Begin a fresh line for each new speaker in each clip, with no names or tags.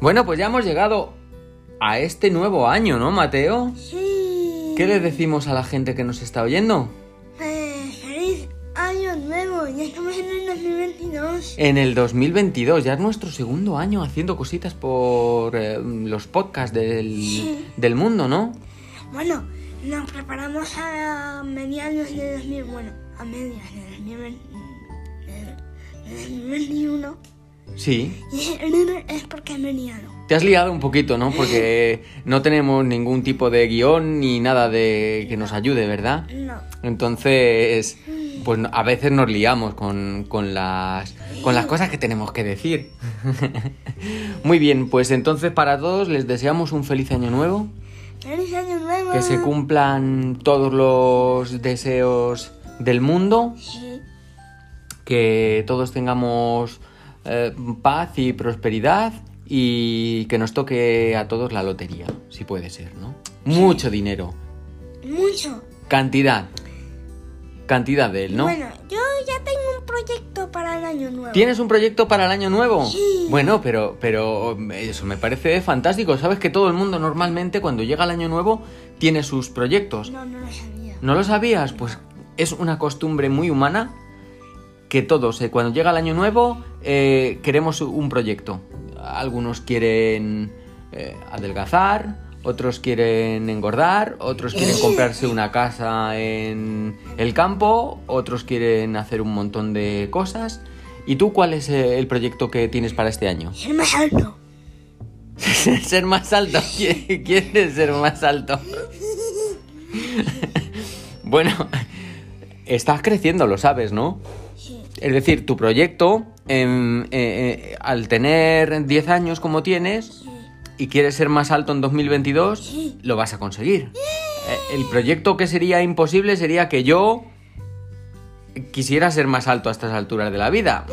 Bueno, pues ya hemos llegado a este nuevo año, ¿no, Mateo?
Sí.
¿Qué le decimos a la gente que nos está oyendo?
Eh, feliz año nuevo. Ya estamos en el 2022.
En el 2022, ya es nuestro segundo año haciendo cositas por eh, los podcasts del,
Sí.
del mundo, ¿no?
Bueno, nos preparamos a mediados de 2000. Bueno, a medias de 2020 de 2021.
Sí.
Y ese número es porque es mediano.
Te has liado un poquito, ¿no? Porque no tenemos ningún tipo de guión ni nada de que nos ayude, ¿verdad?
No.
Entonces, pues no- a veces nos liamos con, con las, con las cosas que tenemos que decir. Muy bien, pues entonces para todos les deseamos un feliz año nuevo,
Feliz año nuevo.
que se cumplan todos los deseos del mundo,
Sí.
que todos tengamos eh, paz y prosperidad y que nos toque a todos la lotería, si puede ser, ¿no? Mucho dinero,
Mucho.
cantidad, cantidad de él, ¿no?
Bueno, yo ya tengo un proyecto para el año nuevo.
¿Tienes un proyecto para el año nuevo?
Sí.
Bueno, pero, pero um, eso me parece fantástico. Sabes que todo el mundo normalmente cuando llega el año nuevo tiene sus proyectos.
No, no lo sabía.
¿No lo sabías? Pues es una costumbre muy humana que todos, eh, cuando llega el año nuevo, eh, queremos un proyecto. Algunos quieren eh, adelgazar, otros quieren engordar, otros quieren comprarse una casa en el campo, otros quieren hacer un montón de cosas. ¿Y tú cuál es eh, el proyecto que tienes para este año?
Es el más alto.
ser más alto. ¿Qui- ¿Quieres ser más alto? bueno, estás creciendo, lo sabes, ¿no?
Sí.
Es decir, tu proyecto, em, eh, eh, al tener 10 años como tienes
Sí.
y quieres ser más alto en 2022,
Sí.
lo vas a conseguir. Eh, El proyecto que sería imposible sería que yo quisiera ser más alto a estas alturas de la vida.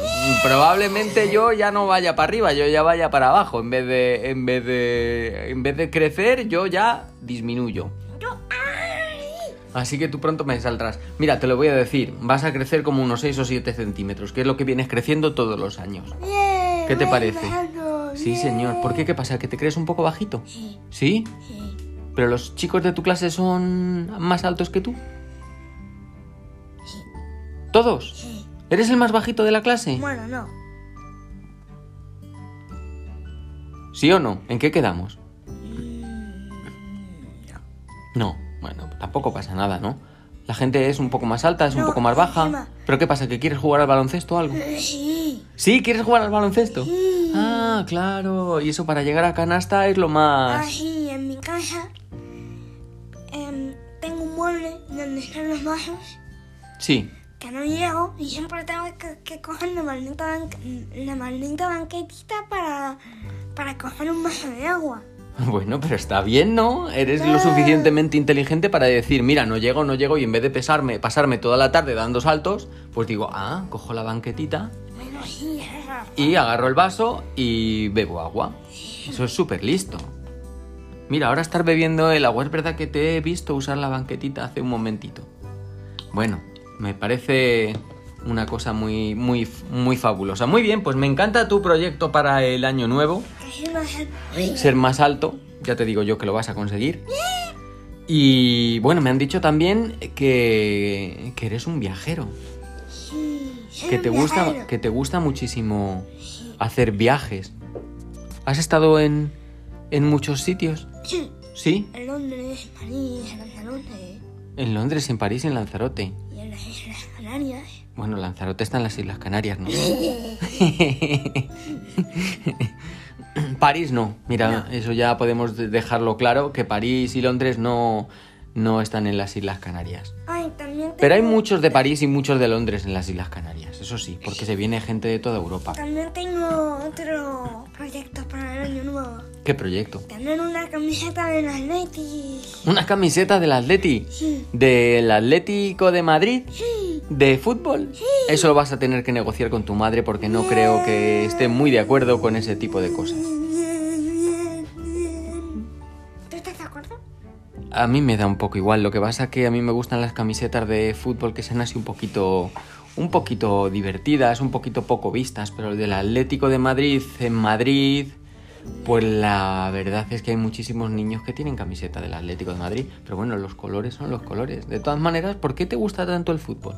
Probablemente yo ya no vaya para arriba, yo ya vaya para abajo. En vez de, en vez de, en vez de crecer, yo ya disminuyo. Así que tú pronto me saldrás. Mira, te lo voy a decir. Vas a crecer como unos 6 o 7 centímetros, que es lo que vienes creciendo todos los años.
Bien,
¿Qué te
bien,
parece?
más alto,
Sí,
bien.
señor. ¿Por qué? ¿Qué pasa? ¿Que te crees un poco bajito?
Sí,
¿Sí?
sí.
¿Pero los chicos de tu clase son más altos que tú? ¿Todos?
Sí.
¿Eres el más bajito de la clase?
Bueno, no.
¿Sí o no? ¿En qué quedamos? No, bueno, tampoco pasa nada, ¿no? La gente es un poco más alta, es un
No,
poco más baja.
encima-
¿Pero qué pasa? ¿Que quieres jugar al baloncesto o algo?
Eh, Sí.
¿Sí? ¿Quieres jugar al baloncesto?
Sí.
Ah, claro. Y eso para llegar a canasta es lo más...
Así, en mi casa em, tengo un mueble donde están los vasos
Sí.
que no llego y siempre tengo que, que coger la maldita, ban- la maldita banquetita para, para coger un vaso de agua.
Bueno, pero está bien, ¿no? Eres lo suficientemente inteligente para decir, mira, no llego, no llego, y en vez de pesarme, pasarme toda la tarde dando saltos, pues digo, ah, cojo la banquetita
Bueno, sí, es raro.
y agarro el vaso y bebo agua. Eso es súper listo. Mira, ahora estar bebiendo el agua, es verdad que te he visto usar la banquetita hace un momentito. Bueno, me parece una cosa muy, muy, muy fabulosa. Muy bien, pues me encanta tu proyecto para el año nuevo
Casi no sé.
ser más alto, ya te digo yo que lo vas a conseguir. Y bueno, me han dicho también que, que eres un viajero,
Sí, soy
que
un
te gusta
viajero.
que te gusta muchísimo hacer viajes. ¿Has estado en en muchos sitios?
Sí,
Sí,
en Londres, París, eh. en Lanzarote
en Londres, en París, en Lanzarote.
y en las Islas Canarias.
Bueno, Lanzarote está en las Islas Canarias, ¿no? París no. Mira, eso ya podemos de- dejarlo claro, que París y Londres no, no están en las Islas Canarias.
Ay, también tengo,
Pero hay muchos de París y muchos de Londres en las Islas Canarias, eso sí, porque se viene gente de toda Europa.
También tengo otro proyecto para el año nuevo.
¿Qué proyecto?
Tener una camiseta de las Letis.
Una camiseta del Atleti.
Sí,
¿Del Atlético de Madrid?
sí.
¿De fútbol? Eso lo vas a tener que negociar con tu madre porque no creo que esté muy de acuerdo con ese tipo de cosas.
¿Tú estás de acuerdo?
A mí me da un poco igual, lo que pasa que a mí me gustan las camisetas de fútbol que sean así un poquito un poquito divertidas, un poquito poco vistas, pero el del Atlético de Madrid en Madrid Pues la verdad es que hay muchísimos niños que tienen camiseta del Atlético de Madrid, pero bueno, los colores son los colores. De todas maneras, ¿por qué te gusta tanto el fútbol?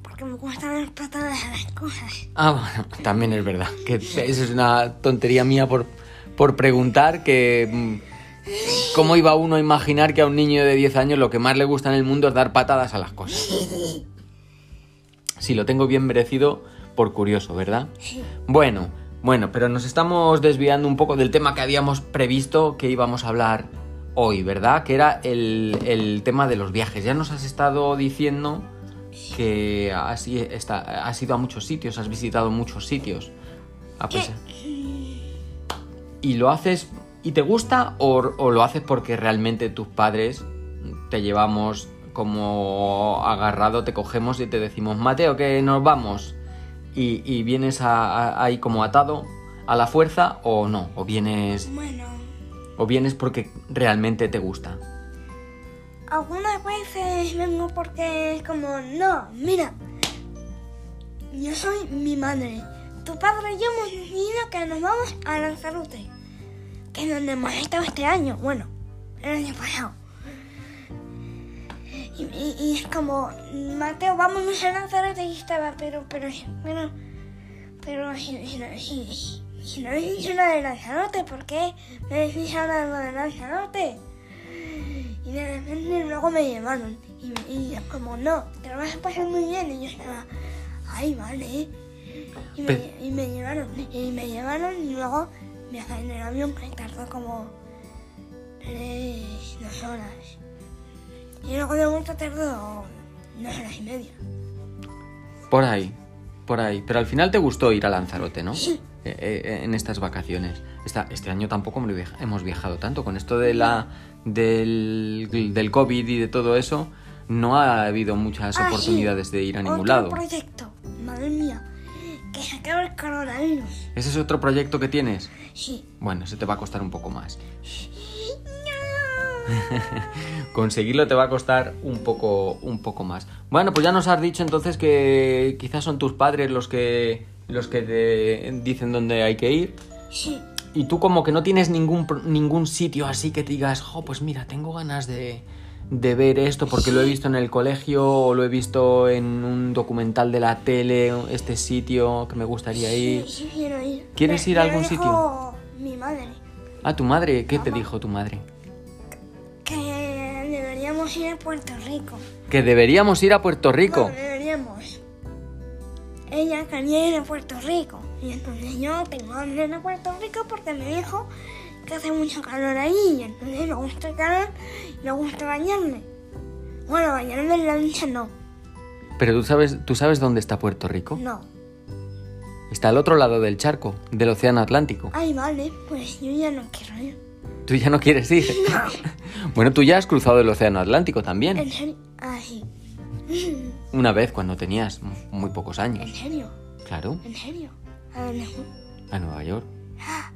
Porque me cuesta ver patadas a las cosas.
Ah, bueno, también es verdad, que eso es una tontería mía por, por preguntar que... mm, ¿Cómo iba uno a imaginar que a un niño de 10 años lo que más le gusta en el mundo es dar patadas a las cosas? Si lo tengo bien merecido por curioso, ¿verdad?
Sí.
Bueno, bueno, pero nos estamos desviando un poco del tema que habíamos previsto que íbamos a hablar hoy, ¿verdad? Que era el, el tema de los viajes. Ya nos has estado diciendo que has, i- está- has ido a muchos sitios, has visitado muchos sitios. Ah, pues, ¿Y lo haces y te gusta o, o lo haces porque realmente tus padres te llevamos como agarrado, te cogemos y te decimos, Mateo, que nos vamos? Y, y vienes a- a- ahí como atado a la fuerza o no, o vienes,
Bueno,
o vienes porque realmente te gusta.
algunas veces vengo porque es como, no, mira, yo soy mi madre. Tu padre y yo hemos decidido que nos vamos a Lanzarote, que es donde hemos estado este año, bueno, el año pasado. Y, y- y es como, Mateo, vámonos a Lanzarote y estaba, pero, pero, pero, pero, si, si no- si- si- si no dices una de Lanzarote, ¿por qué me decís ahora lo de Lanzarote? Y de repente luego me llamaron. Y, y yo como, no, te lo vas a pasar muy bien. Y yo estaba, ay, vale. Y me,
Pe-
y me llevaron. Y me llevaron y luego viajé en el avión que tardó como tres, dos horas. Y luego de vuelta tardó dos horas y media.
Por ahí, por ahí. Pero al final te gustó ir a Lanzarote, ¿no?
Sí.
Eh, eh, en estas vacaciones. Esta- este año tampoco me lo viaja- hemos viajado tanto. Con esto de la, del, del COVID y de todo eso, no ha habido muchas
Ah, sí.
oportunidades de ir a ningún
Otro
lado.
proyecto, madre mía, que se acaba el coronavirus.
¿Ese es otro proyecto que tienes?
Sí.
Bueno, ese te va a costar un poco más.
No.
Conseguirlo te va a costar un poco, un poco más. Bueno, pues ya nos has dicho entonces que quizás son tus padres los que, los que te dicen dónde hay que ir.
Sí.
Y tú como que no tienes ningún, pro- ningún sitio así que te digas, jo, pues mira, tengo ganas de, de ver esto porque lo he visto en el colegio o lo he visto en un documental de la tele, este sitio que me gustaría ir.
Sí, sí quiero ir.
¿Quieres
Me-
ir a
me lo
algún
dijo Mi madre,
Ah, tu madre, ¿qué te dijo tu madre?
que deberíamos ir a Puerto Rico.
Que deberíamos ir a Puerto Rico.
Bueno, deberíamos. Ella quería ir a Puerto Rico. Y entonces yo tengo hambre en Puerto Rico porque me dijo que hace mucho calor ahí. Y entonces me gusta el calor y me gusta bañarme. Bueno, bañarme en la ducha no.
Pero tú sabes, tú sabes dónde está Puerto Rico.
No.
Está al otro lado del charco, del Océano Atlántico.
Ay, vale, pues yo ya no quiero ir.
Tú ya no quieres ir. bueno, tú ya has cruzado el Océano Atlántico también.
En serio. Ah, sí. Mm,
Una vez cuando tenías muy pocos
En
años.
serio.
Claro,
En serio. A ver, no.
a Nueva York.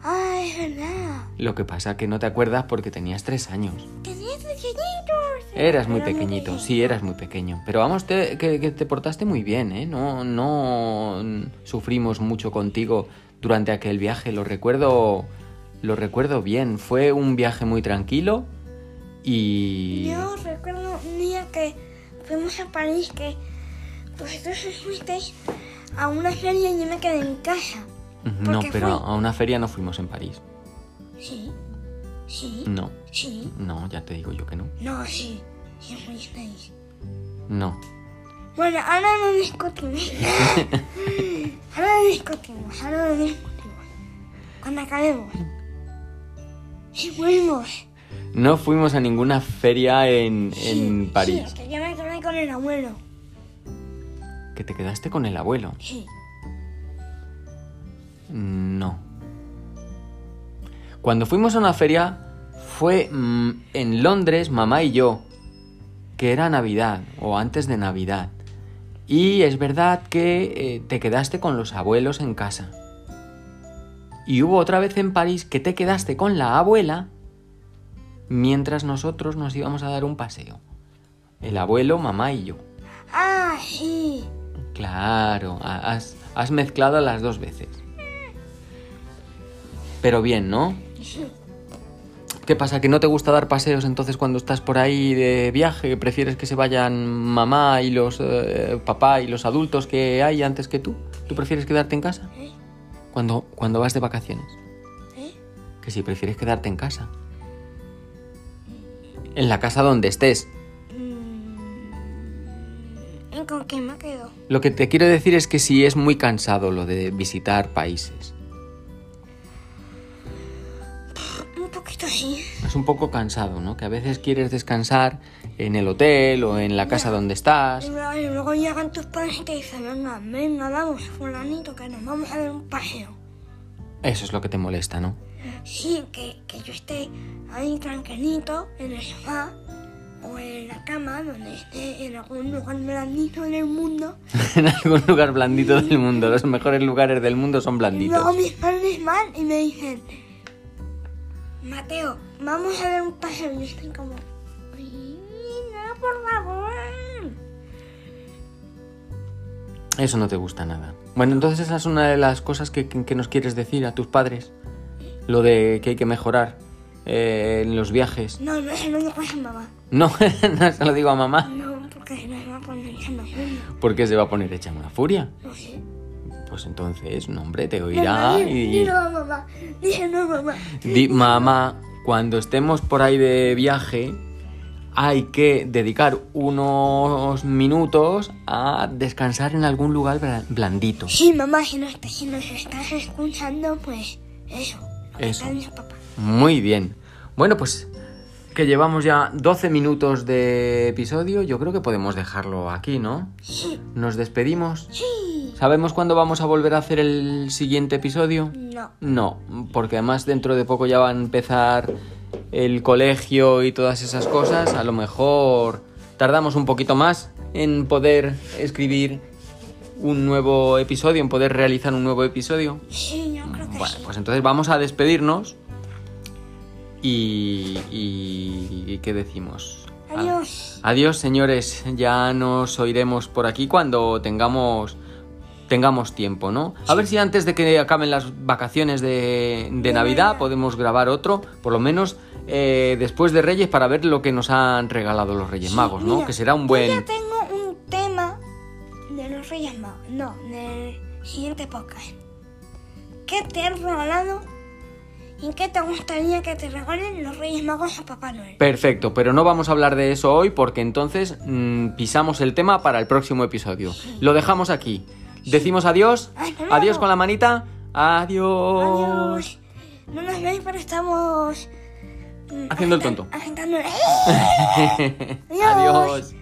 Ah, es verdad.
Lo que pasa que no te acuerdas porque tenías tres años.
Tenías pequeñitos.
Eras muy
Era
pequeñito,
pequeño.
sí, eras muy pequeño. Pero vamos, te- que, que te portaste muy bien, ¿eh? No, no sufrimos mucho contigo durante aquel viaje. Lo recuerdo, lo recuerdo bien. Fue un viaje muy tranquilo y
Yo recuerdo un día que fuimos a París que pues, vosotros os fuisteis a una feria y yo me quedé en casa.
no,
porque
pero
fui-
a una feria no fuimos en París.
Sí. Sí.
No,
Sí.
no, ya te digo yo que no.
No, sí. Sí fuisteis.
No.
Bueno, ahora no discutimos. ahora no discutimos, ahora no discutimos. Cuando acabemos. Sí, fuimos.
No fuimos a ninguna feria en,
Sí,
en París.
Sí, que yo me quedé con el abuelo.
Que te quedaste con el abuelo.
Sí.
No. Cuando fuimos a una feria fue mm, en Londres, mamá y yo, que era Navidad o antes de Navidad. Y es verdad que eh, te quedaste con los abuelos en casa. Y hubo otra vez en París que te quedaste con la abuela mientras nosotros nos íbamos a dar un paseo. El abuelo, mamá y yo.
Ah, sí.
Claro, ha- has, Has mezclado las dos veces. Pero bien, ¿no? ¿Qué pasa? ¿Que no te gusta dar paseos entonces cuando estás por ahí de viaje? ¿Prefieres que se vayan mamá y los eh, papá y los adultos que hay antes que tú? ¿Tú prefieres quedarte en casa?
¿Eh?
Cuando, cuando vas de vacaciones.
¿Eh?
Que si prefieres quedarte en casa. En la casa donde estés.
¿Y con qué me quedo?
Lo que te quiero decir es que sí es muy cansado lo de visitar países.
Un poquito así.
Es un poco cansado, ¿no? Que a veces quieres descansar en el hotel o en la casa donde
Y
estás.
luego, y luego llegan tus padres y te dicen, venga, venga, vamos, fulanito, que nos vamos a dar un paseo.
Eso es lo que te molesta, ¿no?
Sí, que, que yo esté ahí tranquilito en el sofá o en la cama, donde esté en algún lugar blandito en el mundo.
en algún lugar blandito del mundo. Los mejores lugares del mundo son
Y luego
blanditos.
mis padres van y me dicen, Mateo, vamos a dar un paseo. Y yo estoy como, "Ay, no, por favor.
Eso no te gusta nada. Bueno, entonces esa es una de las cosas que, que nos quieres decir a tus padres. Lo de que hay que mejorar eh, en los viajes.
No, no, eso no le pasa a mamá.
No, no se lo digo a mamá.
No, porque se nos va a poner echando frío.
Porque se va a poner hecha una furia.
No sé.
Pues entonces, no, hombre, te
Mamá,
oirá
di-
y...
Dilo a mamá, dije no mamá.
Di, mamá, cuando estemos por ahí de viaje, hay que dedicar unos minutos a descansar en algún lugar bla- blandito.
Sí, mamá, si nos, si nos estás escuchando, pues eso. lo que
Eso.
te ha dicho papá.
Muy bien. Bueno, pues que llevamos ya 12 minutos de episodio, yo creo que podemos dejarlo aquí, ¿no?
Sí,
Nos despedimos.
sí.
¿Sabemos cuándo vamos a volver a hacer el siguiente episodio?
No.
No, porque además dentro de poco ya va a empezar el colegio y todas esas cosas. A lo mejor tardamos un poquito más en poder escribir un nuevo episodio, en poder realizar un nuevo episodio.
Sí, yo creo que
Bueno,
sí.
pues entonces vamos a despedirnos. Y, y- y ¿qué decimos?
Adiós.
Adiós, señores. Ya nos oiremos por aquí cuando tengamos tengamos tiempo, ¿no? A ver si antes de que acaben las vacaciones de, de Navidad
Navidad.
podemos grabar otro, por lo menos eh, después de Reyes, para ver lo que nos han regalado los Reyes Magos,
Sí,
¿no?
mira,
Que será un
Yo ya
buen...
tengo un tema de los Reyes Magos. No, del siguiente podcast. ¿Qué te han regalado y qué te gustaría que te regalen los Reyes Magos a Papá Noel?
Perfecto, pero no vamos a hablar de eso hoy porque entonces mm, pisamos el tema para el próximo episodio. Lo dejamos aquí. Decimos adiós.
Hasta luego.
Adiós con la manita.
Adiós. No nos veis, pero estamos. mm, ¡Eh!
Haciendo el
agita-
tonto.
Agitando.
Adiós.